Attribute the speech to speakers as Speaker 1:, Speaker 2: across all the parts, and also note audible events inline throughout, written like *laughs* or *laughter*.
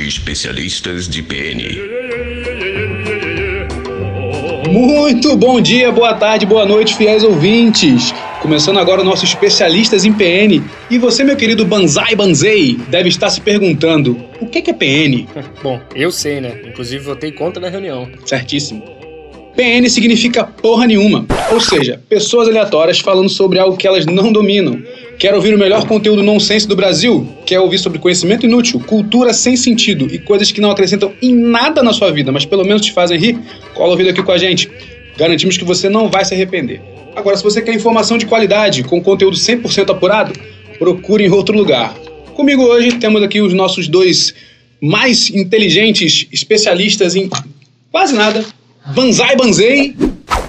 Speaker 1: Especialistas de PN.
Speaker 2: Muito bom dia, boa tarde, boa noite, fiéis ouvintes! Começando agora o nosso Especialistas em PN. E você, meu querido Banzai Banzei, deve estar se perguntando: o que que é PN?
Speaker 3: *laughs* Bom, eu sei, né? Inclusive votei contra na reunião.
Speaker 2: Certíssimo. PN significa porra nenhuma, ou seja, pessoas aleatórias falando sobre algo que elas não dominam. Quer ouvir o melhor conteúdo nonsense do Brasil? Quer ouvir sobre conhecimento inútil, cultura sem sentido e coisas que não acrescentam em nada na sua vida, mas pelo menos te fazem rir? Cola o vídeo aqui com a gente. Garantimos que você não vai se arrepender. Agora, se você quer informação de qualidade, com conteúdo 100% apurado, procure em outro lugar. Comigo hoje temos aqui os nossos dois mais inteligentes especialistas em quase nada, Banzai Banzei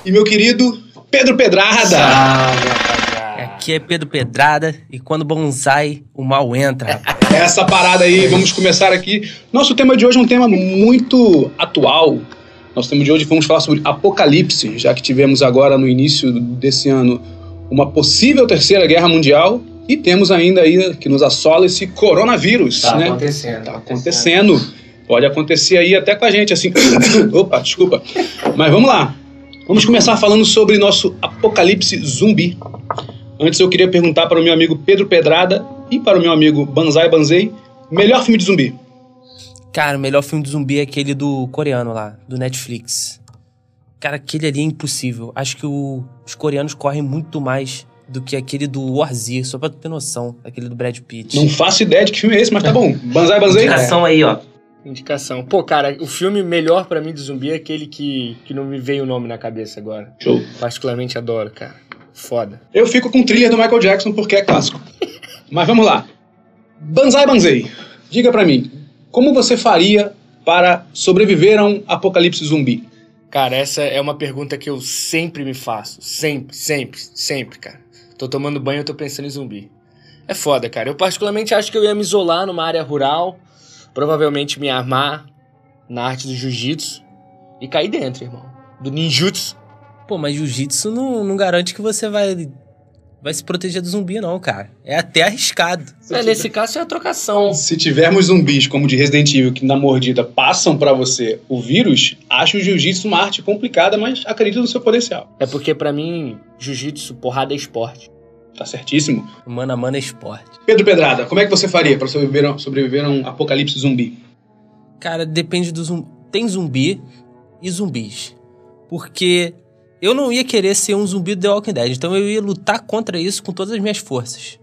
Speaker 2: e meu querido Pedro Pedrada.
Speaker 4: Aqui é Pedro Pedrada e quando bonsai, o mal entra. rapaz.
Speaker 2: Essa parada aí, vamos começar aqui. Nosso tema de hoje é um tema muito atual. Nosso tema de hoje vamos falar sobre apocalipse, já que tivemos agora no início desse ano uma possível terceira guerra mundial e temos ainda aí né, que nos assola esse coronavírus, né?
Speaker 3: acontecendo.
Speaker 2: Tá acontecendo. Pode acontecer aí até com a gente, assim. *coughs* Opa, desculpa. Mas vamos lá. Vamos começar falando sobre nosso apocalipse zumbi. Antes eu queria perguntar para o meu amigo Pedro Pedrada e para o meu amigo Banzai Banzei, melhor filme de zumbi.
Speaker 4: Cara, o melhor filme de zumbi é aquele do coreano lá, do Netflix. Cara, aquele ali é impossível. Acho que o- os coreanos correm muito mais do que aquele do Warzy, só pra tu ter noção, aquele do Brad Pitt.
Speaker 2: Não faço ideia de que filme é esse, mas tá bom. Banzai
Speaker 4: *laughs*
Speaker 2: Banzei.
Speaker 5: Indicação aí, ó.
Speaker 3: Indicação. Pô, cara, o filme melhor pra mim de zumbi é aquele que, que não me veio o nome na cabeça agora.
Speaker 2: Show.
Speaker 3: Particularmente adoro, cara. Foda.
Speaker 2: Eu fico com o thriller do Michael Jackson porque é clássico. Mas vamos lá. Banzai Banzei, diga pra mim, como você faria para sobreviver a um apocalipse zumbi?
Speaker 3: Cara, essa é uma pergunta que eu sempre me faço. Sempre, sempre, sempre, cara. Tô tomando banho e tô pensando em zumbi. É foda, cara. Eu particularmente acho que eu ia me isolar numa área rural, provavelmente me armar na arte do jiu-jitsu e cair dentro, irmão. Do ninjutsu.
Speaker 4: Pô, mas jiu-jitsu não, não garante que você vai, vai se proteger do zumbi, não, cara. É até arriscado.
Speaker 3: É, nesse caso é a trocação.
Speaker 2: Se tivermos zumbis como de Resident Evil que na mordida passam pra você o vírus, acho o jiu-jitsu uma arte complicada, mas acredito no seu potencial.
Speaker 3: É porque pra mim, jiu-jitsu, porrada é esporte.
Speaker 2: Tá certíssimo.
Speaker 4: Mano a mano é esporte.
Speaker 2: Pedro Pedrada, como é que você faria para sobreviver, a- sobreviver a um apocalipse zumbi?
Speaker 4: Cara, depende do zumbi. Tem zumbi e zumbis. Porque eu não ia querer ser um zumbi do The Walking Dead. Então eu ia lutar contra isso com todas as minhas forças.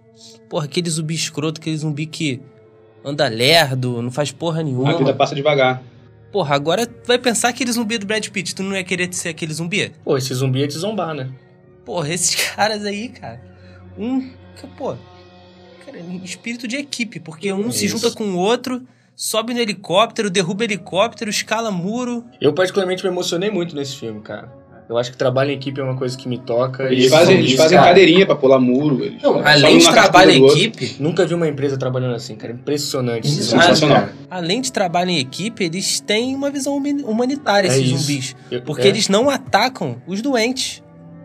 Speaker 4: Porra, aquele zumbi escroto, aquele zumbi que anda lerdo, não faz porra
Speaker 2: A vida é
Speaker 4: nenhuma.
Speaker 2: passa devagar.
Speaker 4: Porra, agora vai pensar aquele zumbi do Brad Pitt. Tu não ia querer ser aquele zumbi?
Speaker 3: Pô, esse zumbi é de zombar, né?
Speaker 4: Porra, esses *laughs* caras aí, cara. Um. que, Pô. Cara, espírito de equipe, porque um se
Speaker 2: É
Speaker 3: Isso.
Speaker 4: junta com o outro, sobe no helicóptero, derruba helicóptero, escala muro.
Speaker 3: Eu particularmente me emocionei muito nesse filme, cara. Eu acho que trabalho em equipe é uma coisa que me toca. e
Speaker 2: Eles
Speaker 3: isso
Speaker 2: fazem,
Speaker 3: é
Speaker 2: eles
Speaker 3: isso,
Speaker 2: fazem
Speaker 3: cara.
Speaker 2: cadeirinha pra pular muro. eles
Speaker 3: Não,
Speaker 2: falam- falam
Speaker 4: Além de
Speaker 2: na
Speaker 4: trabalho
Speaker 2: cascuda do
Speaker 4: em
Speaker 2: outro.
Speaker 4: equipe,
Speaker 3: Nunca vi uma empresa trabalhando assim, cara. Impressionante.
Speaker 2: Isso é
Speaker 3: Cara,
Speaker 2: sensacional.
Speaker 4: além de trabalho em equipe, eles têm uma visão humani- humanitária,
Speaker 3: É
Speaker 4: esses
Speaker 3: isso.
Speaker 4: zumbis.
Speaker 3: eu-
Speaker 4: Porque
Speaker 3: é.
Speaker 4: eles não atacam os doentes.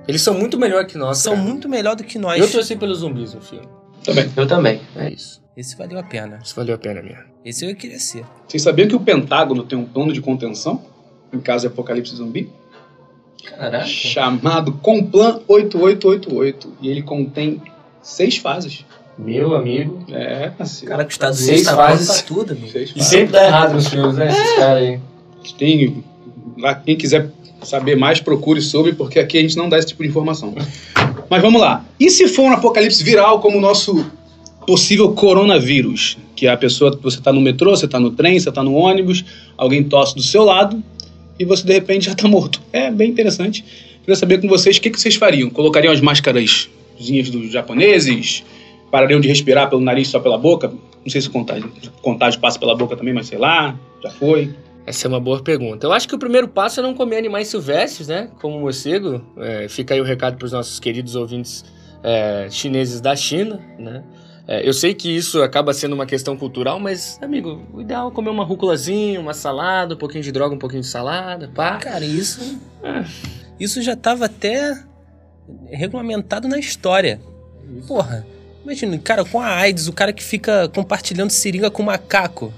Speaker 3: Eles são muito melhor que nós.
Speaker 4: São
Speaker 3: cara.
Speaker 4: muito melhor do que nós.
Speaker 3: Eu torci pelos zumbis no filme.
Speaker 2: Também.
Speaker 5: Eu também.
Speaker 3: É isso.
Speaker 4: Esse valeu a pena.
Speaker 3: Isso valeu a pena, minha.
Speaker 4: Esse eu queria ser.
Speaker 2: Vocês sabiam que o Pentágono tem um plano de contenção em caso de apocalipse zumbi?
Speaker 5: Caraca.
Speaker 2: Chamado Complan 8888. E ele contém seis fases.
Speaker 3: Meu amigo.
Speaker 2: É, parceiro.
Speaker 4: Caraca, os Estados
Speaker 5: Seis
Speaker 4: Unidos tá pronto
Speaker 5: fases.
Speaker 4: pra tudo, amigo.
Speaker 2: Seis
Speaker 5: E
Speaker 3: é
Speaker 5: sempre dá errado nos filmes, né? Esses caras aí.
Speaker 2: Tem, lá, quem quiser saber mais, procure sobre, porque aqui a gente não dá esse tipo de informação. Mas vamos lá. E se for um apocalipse viral como o nosso possível coronavírus? Que a pessoa, você tá no metrô, você tá no trem, você tá no ônibus, alguém tosse do seu lado e você de repente *laughs* já tá morto. É bem interessante. Queria saber com vocês o que, que vocês fariam. Colocariam as máscaras dos japoneses? Parariam de respirar pelo nariz só pela boca? Não sei se o contágio, contágio passa pela boca também, mas sei lá, já foi.
Speaker 3: Essa é uma boa pergunta. Eu acho que o primeiro passo é não comer animais silvestres, né? Como o morcego. É, fica aí o recado para os nossos queridos ouvintes é, chineses da China, né? É, eu sei que isso acaba sendo uma questão cultural, mas, amigo, o ideal é comer uma rúculazinha, uma salada, um pouquinho de droga, um pouquinho de salada, pá.
Speaker 4: Ah, Cara, isso.
Speaker 3: É.
Speaker 4: Isso já tava até regulamentado na história. Porra, imagina, cara, com a AIDS, o cara que fica compartilhando seringa com macaco.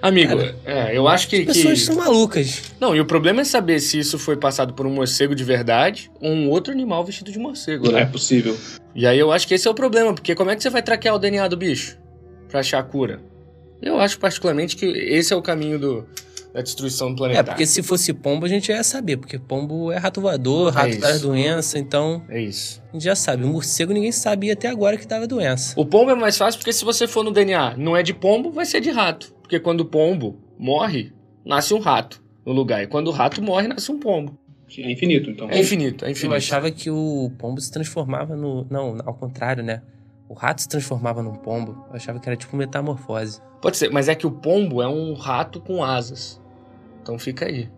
Speaker 3: Amigo, é, eu acho que.
Speaker 4: As pessoas
Speaker 3: que-
Speaker 4: são malucas.
Speaker 3: Não, e o problema é saber se isso foi passado por um morcego de verdade ou um outro animal vestido de morcego,
Speaker 2: Não é
Speaker 3: né?
Speaker 2: possível.
Speaker 3: E aí eu acho que esse é o problema, porque como é que você vai traquear o DNA do bicho pra achar a cura? Eu acho particularmente que esse é o caminho do- da destruição do planeta.
Speaker 4: É, porque se fosse pombo, a gente já ia saber, porque pombo é rato voador,
Speaker 3: É
Speaker 4: rato
Speaker 3: isso.
Speaker 4: das doenças, então
Speaker 3: É isso.
Speaker 4: a gente já sabe. O morcego ninguém sabia até agora que dava doença.
Speaker 3: O pombo é mais fácil porque se você for no DNA, não é de pombo, vai ser de rato. Porque quando o pombo morre, nasce um rato no lugar. E quando o rato morre, nasce um pombo.
Speaker 2: É infinito, então.
Speaker 3: É infinito, é
Speaker 4: Eu
Speaker 3: infinito.
Speaker 4: achava que o pombo se transformava no. Não, ao contrário, né? O rato se transformava num pombo. Eu achava que era tipo metamorfose.
Speaker 3: Pode ser, mas é que o pombo é um rato com asas. Então fica aí.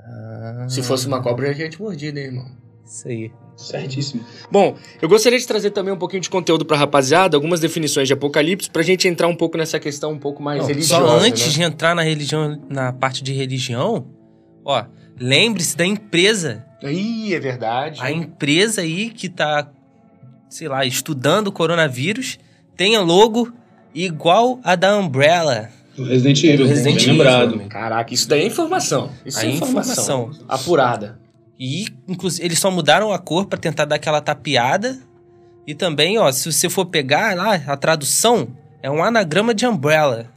Speaker 4: Ah,
Speaker 3: Se fosse uma cobra, eu já ia te mordida, hein, irmão.
Speaker 4: Isso aí.
Speaker 2: Certíssimo.
Speaker 3: Bom, eu gostaria de trazer também um pouquinho de conteúdo pra rapaziada, algumas definições de apocalipse, pra gente entrar um pouco nessa questão um pouco mais
Speaker 4: Não,
Speaker 3: religiosa.
Speaker 4: só antes
Speaker 3: né?
Speaker 4: de entrar na religião, na parte de religião, ó, lembre-se da empresa.
Speaker 3: Ih, é verdade.
Speaker 4: A empresa aí que tá, sei lá, estudando o coronavírus, tenha logo igual a da Umbrella.
Speaker 2: Do Resident Evil,
Speaker 4: Resident
Speaker 2: é bem
Speaker 4: Evil,
Speaker 2: lembrado.
Speaker 4: né?
Speaker 3: Caraca, isso daí é informação. Isso
Speaker 4: A
Speaker 3: é informação.
Speaker 4: informação.
Speaker 3: Apurada.
Speaker 4: E, inclusive, eles só mudaram a cor pra tentar dar aquela tapeada. E também, ó, se você for pegar lá, a tradução é um anagrama de Umbrella.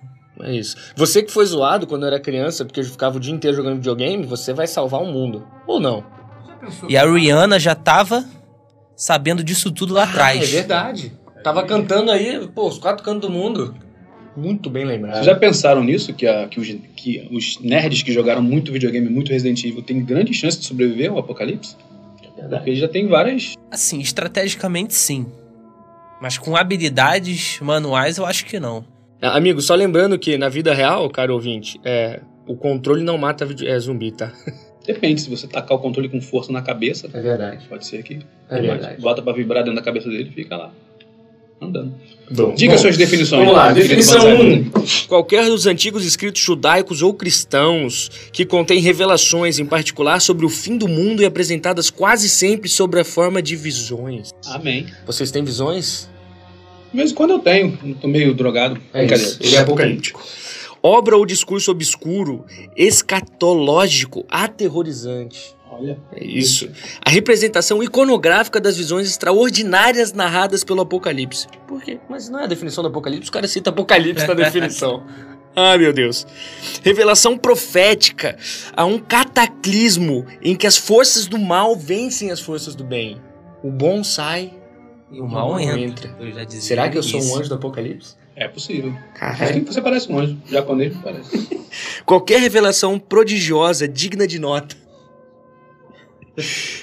Speaker 3: É isso. Você que foi zoado quando eu era criança, porque eu ficava o dia inteiro jogando videogame, você vai salvar o mundo. Ou não?
Speaker 4: E a Rihanna já tava sabendo disso tudo lá atrás.
Speaker 3: É verdade. Tava cantando aí, pô, os quatro cantos do mundo. Muito bem lembrado.
Speaker 2: Vocês já pensaram nisso? Que, a- que os, que os nerds que jogaram muito videogame, muito Resident Evil, têm grande chance de sobreviver ao apocalipse?
Speaker 5: É
Speaker 2: Porque eles já tem várias.
Speaker 4: Assim, estrategicamente sim. Mas com habilidades manuais eu acho que não.
Speaker 3: Ah, Amigo, só lembrando que na vida real, caro ouvinte, é, o controle não mata vide- é, zumbi, tá?
Speaker 2: Depende, se você tacar o controle com força na cabeça,
Speaker 5: É verdade.
Speaker 2: pode ser que
Speaker 5: É verdade.
Speaker 2: bota pra vibrar dentro da cabeça dele e fica lá. Andando.
Speaker 3: Bom,
Speaker 2: Diga
Speaker 5: Bom,
Speaker 2: suas definições.
Speaker 5: Vamos lá,
Speaker 2: Definido
Speaker 5: definição
Speaker 2: Banzai.
Speaker 5: 1.
Speaker 3: Qualquer dos antigos escritos judaicos ou cristãos que contém revelações, em particular sobre o fim do mundo e apresentadas quase sempre sobre a forma de visões.
Speaker 2: Amém.
Speaker 3: Vocês têm visões?
Speaker 2: De vez em quando eu tenho, eu tô meio drogado.
Speaker 5: É
Speaker 2: Brincadeira.
Speaker 5: isso. Ele é apocalíptico.
Speaker 3: Obra ou discurso obscuro, escatológico, aterrorizante.
Speaker 2: Olha,
Speaker 3: É isso. A representação iconográfica das visões extraordinárias narradas pelo Apocalipse. Por quê? Mas não é a definição do Apocalipse, o cara cita Apocalipse na definição. Ah, meu Deus. Revelação profética a um cataclismo em que as forças do mal vencem as forças do bem. O bom sai
Speaker 4: E o mal entra. Eu já dizia
Speaker 3: Será que eu sou
Speaker 4: isso.
Speaker 3: um anjo do Apocalipse?
Speaker 2: é possível. Mas
Speaker 5: É,
Speaker 3: Caralho.
Speaker 2: tem- Você parece um anjo. Japonês parece.
Speaker 3: Qualquer revelação prodigiosa, digna de nota.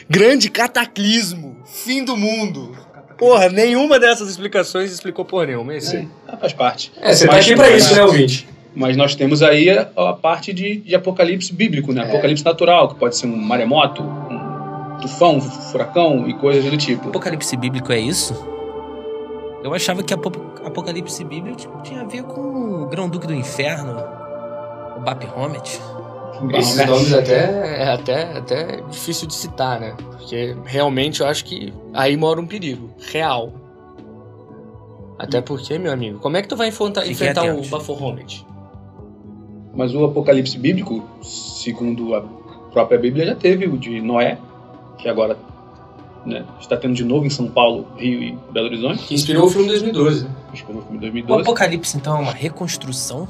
Speaker 3: Grande cataclismo, fim do mundo. Porra, nenhuma dessas explicações explicou por nenhuma. é Esse.
Speaker 2: Ah, faz parte.
Speaker 5: É, você tá
Speaker 2: Mas-
Speaker 5: aqui pra isso, né, ouvinte?
Speaker 2: Mas nós temos aí a, a parte de, de apocalipse bíblico, né?
Speaker 5: É.
Speaker 2: Apocalipse natural, que pode ser um maremoto, um tufão, um furacão e coisas do tipo.
Speaker 4: Apocalipse bíblico é isso? Eu achava que apo- Apocalipse bíblico tipo, tinha a ver com o Grão Duque do Inferno, o Bap Homet.
Speaker 5: Esses
Speaker 2: Bom, né?
Speaker 5: nomes até.
Speaker 3: É até, até difícil de citar, né? Porque realmente eu acho que aí mora um perigo real. Até porque, meu amigo, como é que tu vai enfrentar,
Speaker 4: Fiquem
Speaker 3: enfrentar o
Speaker 4: atentos.
Speaker 3: Baphomet?
Speaker 2: Mas o apocalipse bíblico, segundo a própria Bíblia, já teve o de Noé, que agora né, está tendo de novo em São Paulo, Rio e Belo Horizonte.
Speaker 5: Que inspirou o filme 2012.
Speaker 2: Acho que foi no filme
Speaker 4: O
Speaker 2: 2012.
Speaker 4: Apocalipse, então, é uma reconstrução?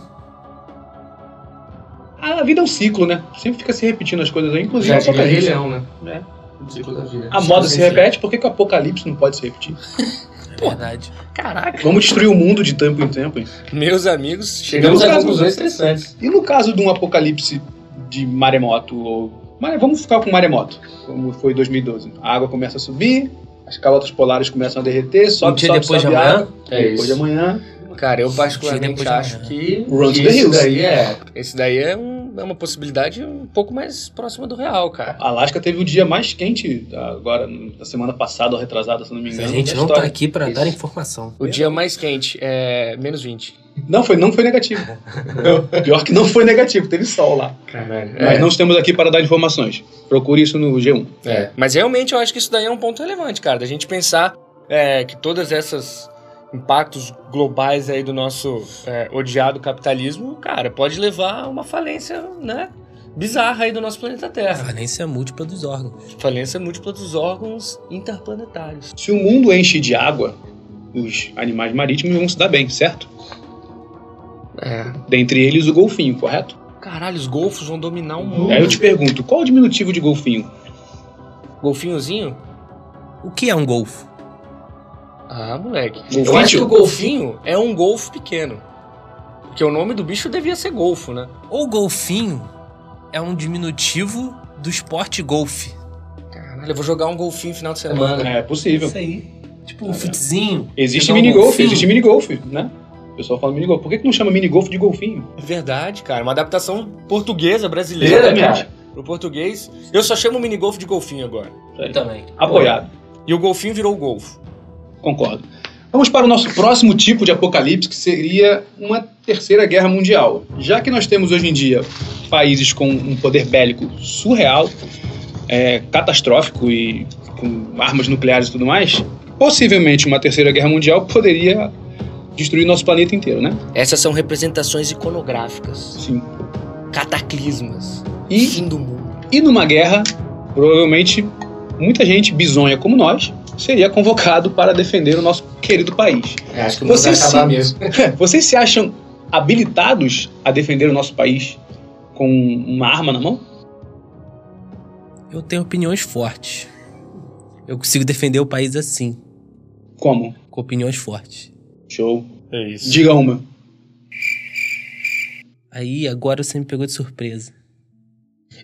Speaker 2: A vida é um ciclo, né? Sempre fica se repetindo as coisas aí, inclusive
Speaker 5: Já
Speaker 2: o
Speaker 5: de Rei
Speaker 2: apocalipse.
Speaker 3: Então,
Speaker 5: Leão, né?
Speaker 2: né?
Speaker 5: O um ciclo da vida.
Speaker 2: A moda se
Speaker 5: Sem fim.
Speaker 2: repete, por que, que o apocalipse não pode se repetir?
Speaker 4: É verdade.
Speaker 3: Caraca.
Speaker 2: Vamos destruir o mundo de tempo em tempo, hein?
Speaker 3: Meus amigos,
Speaker 5: Chegamos a
Speaker 2: Nunca-
Speaker 5: conclusões interessantes.
Speaker 2: E no caso de um apocalipse de maremoto, ou. Mare- Vamos ficar com maremoto, como foi em 2012. A água começa a subir, as calotas polares começam a derreter, sobe,
Speaker 4: um dia
Speaker 2: sobe,
Speaker 4: depois
Speaker 2: sobe
Speaker 4: de
Speaker 2: a
Speaker 4: amanhã?
Speaker 2: água,
Speaker 5: É
Speaker 2: depois de
Speaker 5: isso.
Speaker 2: amanhã.
Speaker 3: Cara,
Speaker 4: Chega
Speaker 3: eu
Speaker 4: depois
Speaker 3: particularmente
Speaker 4: de
Speaker 3: acho
Speaker 4: amanhã.
Speaker 3: que
Speaker 2: Run to the
Speaker 5: Isso
Speaker 2: hills.
Speaker 5: daí é.
Speaker 3: esse daí é, um- é uma possibilidade um pouco mais próxima do real, cara.
Speaker 2: A Alaska teve o dia mais quente agora, na semana passada ou retrasada, se não me
Speaker 4: A
Speaker 2: engano.
Speaker 4: gente
Speaker 2: da
Speaker 4: não tá
Speaker 2: história.
Speaker 4: aqui pra
Speaker 2: Isso.
Speaker 4: dar informação.
Speaker 3: O dia mais quente é menos 20.
Speaker 2: Não, foi, não foi negativo.
Speaker 4: *laughs*
Speaker 2: Pior que não foi negativo, teve sol lá.
Speaker 5: Caralho.
Speaker 2: Mas não estamos aqui para dar informações. Procure isso no G1.
Speaker 3: É, mas realmente eu acho que isso daí é um ponto relevante, cara, da gente pensar é, que é, todas essas impactos globais aí do nosso é, odiado capitalismo, cara, pode levar a uma falência, né? Bizarra aí do nosso planeta Terra.
Speaker 4: Falência é múltipla dos órgãos.
Speaker 3: Falência múltipla dos órgãos interplanetários.
Speaker 2: Se o mundo enche de água, os animais marítimos vão se dar bem, certo?
Speaker 3: É.
Speaker 2: Dentre eles o golfinho, correto?
Speaker 3: Caralho, os golfos vão dominar o
Speaker 2: Aí
Speaker 3: mundo.
Speaker 2: Uhum. É, eu te pergunto, qual o diminutivo de golfinho?
Speaker 3: Golfinhozinho?
Speaker 4: O que é um golfo?
Speaker 3: Ah, moleque. Eu acho que o
Speaker 2: Golfinho?
Speaker 3: golfinho é um golfo pequeno. Porque o nome do bicho devia ser golfo, né?
Speaker 4: O golfinho é um diminutivo do esporte golfe.
Speaker 3: Caralho, eu vou jogar um golfinho final de semana.
Speaker 2: É possível. Então,
Speaker 4: Isso aí. Tipo
Speaker 2: Tá
Speaker 4: um futezinho.
Speaker 2: Existe
Speaker 4: Jogar um
Speaker 2: minigolf,
Speaker 4: golfinho.
Speaker 2: existe minigolf, né? O pessoal fala minigolf. Por que, que não chama minigolf de golfinho?
Speaker 3: É verdade, cara. Uma adaptação portuguesa, brasileira,
Speaker 5: Exatamente.
Speaker 3: cara. Pro português. Eu só chamo o minigolf de golfinho agora.
Speaker 4: Também.
Speaker 2: Apoiado,
Speaker 3: E o golfinho virou golfo.
Speaker 2: concordo. Vamos para o nosso próximo tipo de apocalipse, que seria uma terceira guerra mundial. Já que nós temos hoje em dia países com um poder bélico surreal, é, catastrófico e com armas nucleares e tudo mais, possivelmente uma terceira guerra mundial poderia destruir nosso planeta inteiro, né?
Speaker 3: Essas são representações iconográficas.
Speaker 2: Sim.
Speaker 3: Cataclismas.
Speaker 2: E
Speaker 3: Fim do mundo.
Speaker 2: E numa guerra, provavelmente muita gente bizonha como nós seria convocado para defender o nosso querido país.
Speaker 5: É, acho que
Speaker 2: Você
Speaker 5: vai acabar
Speaker 2: sim.
Speaker 5: mesmo.
Speaker 2: Vocês se acham habilitados a defender o nosso país com uma arma na mão?
Speaker 4: Eu tenho opiniões fortes. Eu consigo defender o país assim,
Speaker 2: Como?
Speaker 4: com opiniões fortes.
Speaker 2: Show.
Speaker 3: É isso.
Speaker 2: Diga uma.
Speaker 4: Aí agora você me pegou de surpresa.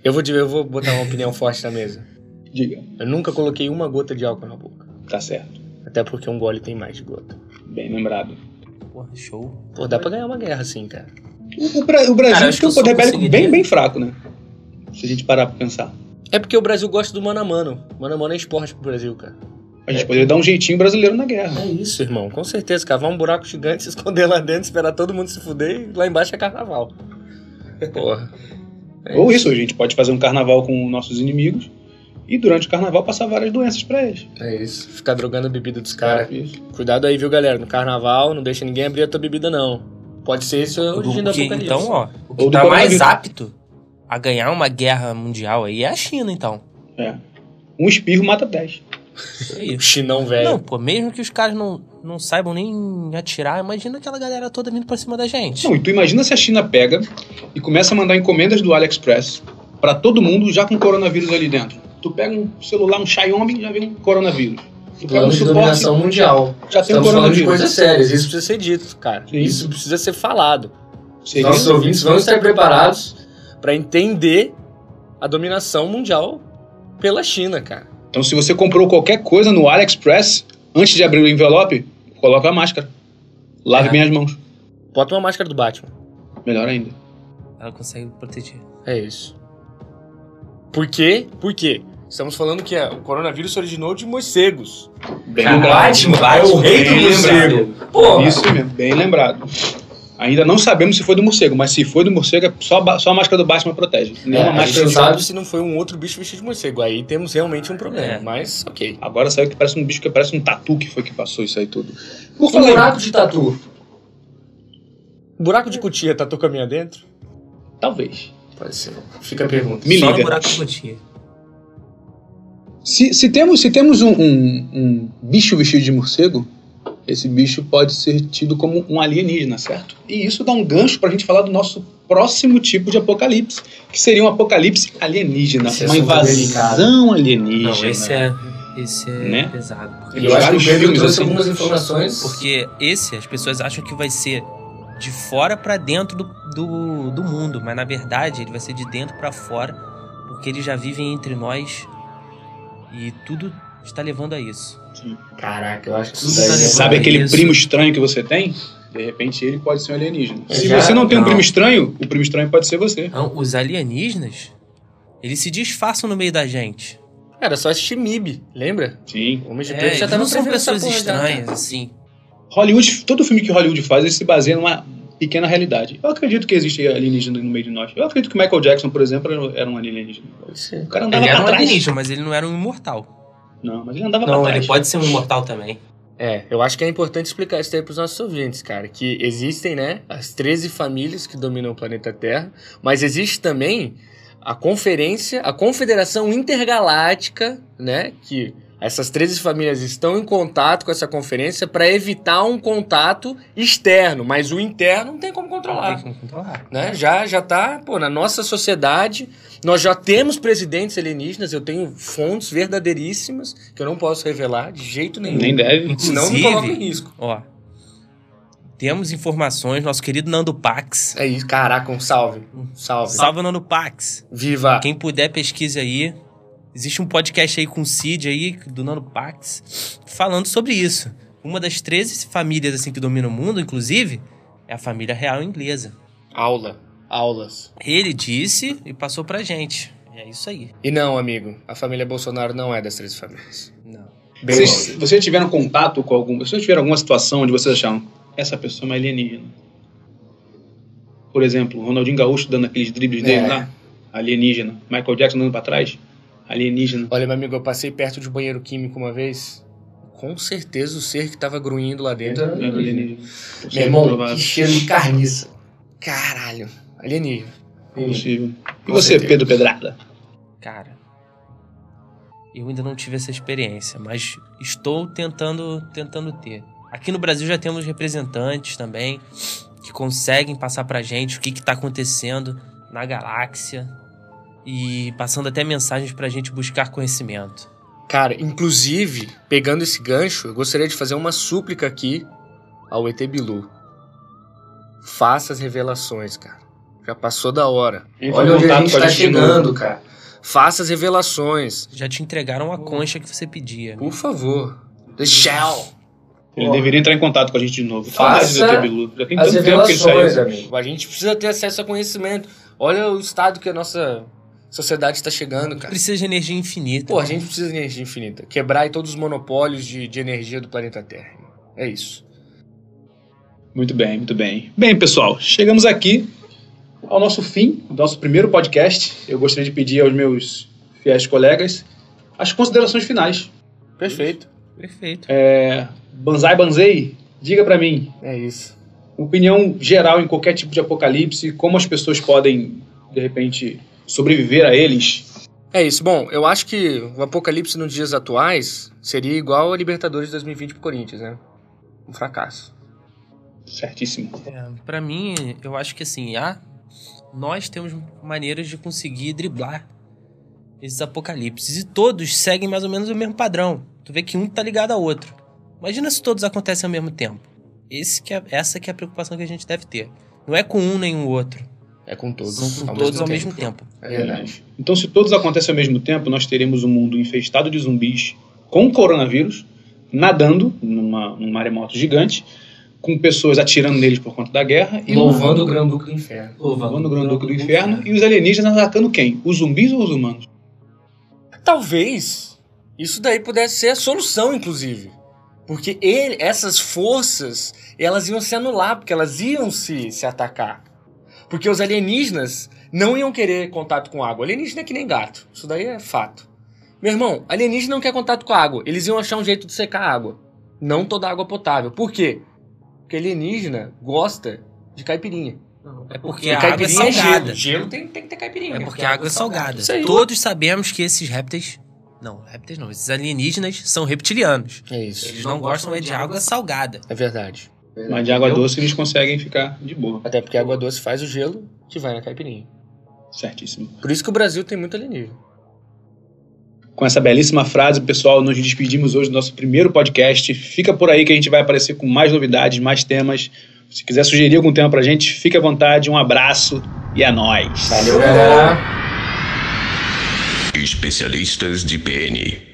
Speaker 3: Eu, vou, eu vou botar uma opinião forte na mesa.
Speaker 2: Diga.
Speaker 3: Eu nunca coloquei uma gota de álcool na boca.
Speaker 2: Tá certo.
Speaker 3: Até porque um gole tem mais de gota.
Speaker 2: Bem lembrado.
Speaker 4: Porra, show.
Speaker 3: Pô, dá pra ganhar uma guerra assim, cara.
Speaker 2: O, o Bra- o Brasil
Speaker 4: Cara, acho que
Speaker 2: tem
Speaker 4: eu
Speaker 2: um
Speaker 4: só
Speaker 2: poder bélico bem,
Speaker 4: conseguiria.
Speaker 2: bem fraco, né? Se a gente parar pra pensar.
Speaker 3: É porque o Brasil gosta do mano a mano. Mano a mano é esporte pro Brasil, cara.
Speaker 2: A
Speaker 4: É.
Speaker 2: gente poderia dar um jeitinho brasileiro na guerra.
Speaker 3: É isso, irmão. Com certeza. Cavar um buraco gigante, *laughs* se esconder lá dentro, esperar todo mundo se fuder e lá embaixo é carnaval. Porra. É
Speaker 2: Ou isso, a gente pode fazer um carnaval com nossos inimigos e durante o carnaval passar várias doenças pra eles. É
Speaker 3: É isso. Ficar drogando a bebida dos caras.
Speaker 2: Isso.
Speaker 3: Cuidado aí, viu, galera? No carnaval, não deixa ninguém abrir a tua bebida, não. Pode ser isso a origem da
Speaker 4: O que-
Speaker 3: apocalipse.
Speaker 4: então, ó, o
Speaker 2: Ou
Speaker 4: que
Speaker 2: do
Speaker 4: tá mais
Speaker 2: coronavírus.
Speaker 4: apto a ganhar uma guerra mundial aí é a China, então.
Speaker 2: Um espirro mata 10.
Speaker 4: Isso aí.
Speaker 3: Chinão, velho.
Speaker 4: É. Não, pô, mesmo que os caras não, não saibam nem atirar, imagina aquela galera toda vindo pra cima da gente.
Speaker 2: Não, e tu imagina se a China pega e começa a mandar encomendas do AliExpress pra todo mundo já com coronavírus ali dentro. Tu pega um celular, um Xiaomi, já vem um coronavírus. Tu pega um
Speaker 5: Plano de
Speaker 2: suporte,
Speaker 5: dominação mundial.
Speaker 2: já tem um
Speaker 5: Estamos falando de
Speaker 2: coronavírus.
Speaker 5: coisas sérias.
Speaker 3: Isso
Speaker 5: Isso,
Speaker 3: precisa ser dito, cara.
Speaker 2: Sim.
Speaker 3: Isso precisa ser falado.
Speaker 2: Seria-
Speaker 5: nossos ouvintes vão estar preparados.
Speaker 3: Pra entender a dominação mundial pela China, cara.
Speaker 2: Então se você comprou qualquer coisa no AliExpress, antes de abrir o envelope, coloca a máscara. Lave
Speaker 4: É.
Speaker 2: bem as mãos.
Speaker 3: Bota uma máscara do Batman.
Speaker 2: Melhor ainda.
Speaker 4: Ela consegue proteger.
Speaker 3: É isso. Por quê? Por quê? Estamos falando que é, o coronavírus se originou de morcegos.
Speaker 2: Bem
Speaker 5: Caralho,
Speaker 2: lembrado.
Speaker 5: é o rei do
Speaker 2: Bem
Speaker 5: morcego.
Speaker 2: lembrado.
Speaker 5: Porra.
Speaker 2: Isso mesmo, bem lembrado. Ainda não sabemos se foi do morcego, mas se foi do morcego, é só, ba- só a máscara do Batman protege. Nenhuma
Speaker 5: É, a
Speaker 2: máscara
Speaker 5: gente
Speaker 2: do
Speaker 5: sabe.
Speaker 3: se não foi um outro bicho vestido de morcego. Aí temos realmente um problema,
Speaker 4: É.
Speaker 3: mas ok.
Speaker 2: Agora saiu que parece um bicho que parece um tatu que foi que passou isso aí tudo. Por
Speaker 5: Um
Speaker 2: falar
Speaker 5: buraco de tatu.
Speaker 3: Buraco de cutia, tatu caminha dentro?
Speaker 2: em... Talvez.
Speaker 3: Pode ser. Fica a pergunta.
Speaker 2: Me
Speaker 4: Só no
Speaker 2: liga.
Speaker 4: buraco de cotia.
Speaker 2: Se, se temos, se temos um, um- um bicho vestido de morcego, esse bicho pode ser tido como um alienígena, certo? E isso dá um gancho pra gente falar do nosso próximo tipo de apocalipse, que seria um apocalipse alienígena.
Speaker 5: Esse
Speaker 2: uma
Speaker 5: assunto é
Speaker 2: invasão
Speaker 5: delicado.
Speaker 2: alienígena.
Speaker 4: Não, esse é, esse é
Speaker 2: Né?
Speaker 4: pesado. Porque,
Speaker 2: Tem
Speaker 5: Eu acho que
Speaker 2: vários
Speaker 5: o Pedro
Speaker 2: filmes
Speaker 5: trouxe
Speaker 2: assim.
Speaker 5: algumas informações.
Speaker 4: porque esse, as pessoas acham que vai ser de fora pra dentro do, do, do mundo, mas na verdade ele vai ser de dentro pra fora, porque eles já vivem entre nós e tudo está levando a isso.
Speaker 5: Caraca, eu acho que é
Speaker 4: Tá levando
Speaker 2: Sabe
Speaker 4: a
Speaker 2: aquele
Speaker 4: isso.
Speaker 2: primo estranho que você tem? De repente ele pode ser um alienígena.
Speaker 5: É,
Speaker 2: Se
Speaker 5: já-
Speaker 2: você não tem um
Speaker 4: não.
Speaker 2: primo estranho, o primo estranho pode ser você.
Speaker 4: Então, os alienígenas, eles se disfarçam no meio da gente.
Speaker 3: Cara, só assistir MIB, lembra?
Speaker 2: Sim.
Speaker 3: O Homem de
Speaker 4: É,
Speaker 3: Preto Tipo, já
Speaker 4: eles
Speaker 3: tava
Speaker 4: não são
Speaker 3: prevendo essa
Speaker 4: pessoas
Speaker 3: porra já, cara.
Speaker 4: estranhas, assim.
Speaker 2: Hollywood, todo filme que Hollywood faz, ele se baseia numa pequena realidade. Eu acredito que existe alienígena no meio de nós. Eu acredito que Michael Jackson, por exemplo, era- era um alienígena.
Speaker 3: Pode ser.
Speaker 2: O cara andava
Speaker 4: Ele era
Speaker 2: pra
Speaker 4: um
Speaker 2: trás.
Speaker 4: alienígena, mas ele não era um imortal.
Speaker 2: Não, mas ele andava pra
Speaker 4: Não,
Speaker 2: trás.
Speaker 4: ele pode ser um imortal também.
Speaker 3: É, eu acho que é importante explicar isso aí para os nossos ouvintes, cara, que existem, né, as 13 famílias que dominam o planeta Terra, mas existe também a conferência, a Confederação Intergaláctica, né, que essas 13 famílias estão em contato com essa conferência para evitar um contato externo, mas o interno não tem como controlar
Speaker 4: Tem que controlar.
Speaker 3: né? Já já tá, pô, na nossa sociedade, nós já temos presidentes alienígenas, eu tenho fontes verdadeiríssimas que eu não posso revelar de jeito nenhum.
Speaker 2: Nem deve.
Speaker 3: senão me
Speaker 4: Inclusive-
Speaker 3: coloca em risco.
Speaker 4: Ó. Temos informações, nosso querido Nando Pax.
Speaker 3: É isso, caraca, um salve. Um salve.
Speaker 4: Salve Nando Pax.
Speaker 3: Viva.
Speaker 4: Quem puder, pesquise aí. Existe um podcast aí com o Cid aí, do Nano Pax, falando sobre isso. Uma das 13 famílias assim que domina o mundo, inclusive, é a família real inglesa.
Speaker 3: Aula. Aulas.
Speaker 4: Ele disse e passou pra gente. E é isso aí.
Speaker 3: E não, amigo, a família Bolsonaro não é das três famílias.
Speaker 4: Não.
Speaker 3: Bem
Speaker 2: Vocês,
Speaker 3: longe.
Speaker 2: vocês tiveram contato com algum. Vocês tiveram alguma situação onde vocês acharam essa pessoa é uma alienígena? Por exemplo, Ronaldinho Gaúcho dando aqueles dribles dele
Speaker 3: É.
Speaker 2: lá, alienígena. Michael Jackson dando pra trás, alienígena.
Speaker 3: Olha, meu amigo, eu passei perto de um banheiro químico uma vez. Com certeza o ser que tava grunhindo lá dentro era
Speaker 5: Era
Speaker 2: Era alienígena.
Speaker 3: Meu
Speaker 2: Provável.
Speaker 3: irmão, que cheiro de carniça. Caralho. Alienígena.
Speaker 2: Possível. E
Speaker 3: Com
Speaker 2: você,
Speaker 3: certeza.
Speaker 2: Pedro Pedrada?
Speaker 4: Cara, eu ainda não tive essa experiência, mas estou tentando, tentando ter. Aqui no Brasil já temos representantes também que conseguem passar pra gente o que está acontecendo na galáxia e passando até mensagens pra gente buscar conhecimento.
Speaker 3: Cara, inclusive, pegando esse gancho, eu gostaria de fazer uma súplica aqui ao ET Bilu. Faça as revelações, cara. Já passou da hora.
Speaker 2: Entra
Speaker 5: Olha
Speaker 2: em
Speaker 5: onde a
Speaker 2: contato
Speaker 5: gente
Speaker 2: com
Speaker 5: tá
Speaker 2: de novo.
Speaker 5: chegando, cara.
Speaker 3: Faça as revelações.
Speaker 4: Já te entregaram a concha que você pedia.
Speaker 3: Por favor.
Speaker 2: Então,
Speaker 3: The Shell.
Speaker 2: Ele
Speaker 5: Porra.
Speaker 2: deveria entrar em contato com a gente de novo.
Speaker 5: Faça
Speaker 2: Saudades do ET Bilu. Já tem
Speaker 5: As
Speaker 2: tanto tempo que ele
Speaker 5: revelações, né?
Speaker 2: saiu. né?
Speaker 5: amigo.
Speaker 3: A gente precisa ter acesso a conhecimento. Olha o estado que a nossa sociedade está chegando, cara.
Speaker 4: Precisa de energia infinita.
Speaker 3: Pô, a gente precisa de energia infinita. Quebrar aí todos os monopólios de, de energia do planeta Terra. É isso.
Speaker 2: Muito bem, muito bem. Bem, pessoal, chegamos aqui ao nosso fim, do nosso primeiro podcast. Eu gostaria de pedir aos meus fiéis colegas as considerações finais.
Speaker 3: Perfeito.
Speaker 4: Perfeito.
Speaker 2: Banzai Banzei, diga pra mim,
Speaker 3: É isso.
Speaker 2: opinião geral em qualquer tipo de apocalipse, como as pessoas podem, de repente, sobreviver a eles.
Speaker 3: É isso. Bom, eu acho que o apocalipse nos dias atuais seria igual a Libertadores 2020 pro Corinthians, né? Um fracasso.
Speaker 2: Certíssimo.
Speaker 4: É, pra mim, eu acho que assim, ah, nós temos maneiras de conseguir driblar esses apocalipses. E todos seguem mais ou menos o mesmo padrão. Tu vê que um tá ligado ao outro. Imagina se todos acontecem ao mesmo tempo. Esse que é, essa que é a preocupação que a gente deve ter. Não é com um nem o outro.
Speaker 3: É com todos.
Speaker 4: São com todos ao mesmo tempo.
Speaker 3: É verdade.
Speaker 2: Então, se todos acontecem ao mesmo tempo, nós teremos um mundo infestado de zumbis com coronavírus, nadando numa, num maremoto gigante, com pessoas atirando neles por conta da guerra e
Speaker 5: Louvando o Granduca do Inferno.
Speaker 2: louvando o Grande Duque do Inferno e os alienígenas atacando quem? Os zumbis ou os humanos?
Speaker 3: Talvez isso daí pudesse ser a solução, inclusive. Porque ele- essas forças, elas iam se anular, porque elas iam se, se atacar. Porque os alienígenas não iam querer contato com água. Alienígena é que nem gato. Isso daí é fato. Meu irmão, alienígena não quer contato com água. Eles iam achar um jeito de secar a água. Não toda água potável. Por quê? Porque alienígena gosta de caipirinha.
Speaker 4: É porque a água é
Speaker 3: caipirinha
Speaker 4: salgada.
Speaker 3: gelo. Gelo tem, tem que ter caipirinha.
Speaker 4: É porque a água é salgada.
Speaker 3: Isso aí.
Speaker 4: Todos sabemos que esses répteis... Não, répteis não. Esses alienígenas são reptilianos.
Speaker 3: É isso.
Speaker 4: Eles não gostam é de água salgada.
Speaker 3: É verdade.
Speaker 2: Mas de água doce eles conseguem ficar de boa.
Speaker 3: Até porque a água doce faz o gelo que vai na caipirinha.
Speaker 2: Certíssimo.
Speaker 3: Por isso que o Brasil tem muito alienígena.
Speaker 2: Com essa belíssima frase, pessoal, nos despedimos hoje do nosso primeiro podcast. Fica por aí que a gente vai aparecer com mais novidades, mais temas. Se quiser sugerir algum tema pra gente, fique à vontade. Um abraço e é nóis.
Speaker 5: Valeu, galera.
Speaker 1: Especialistas de PN.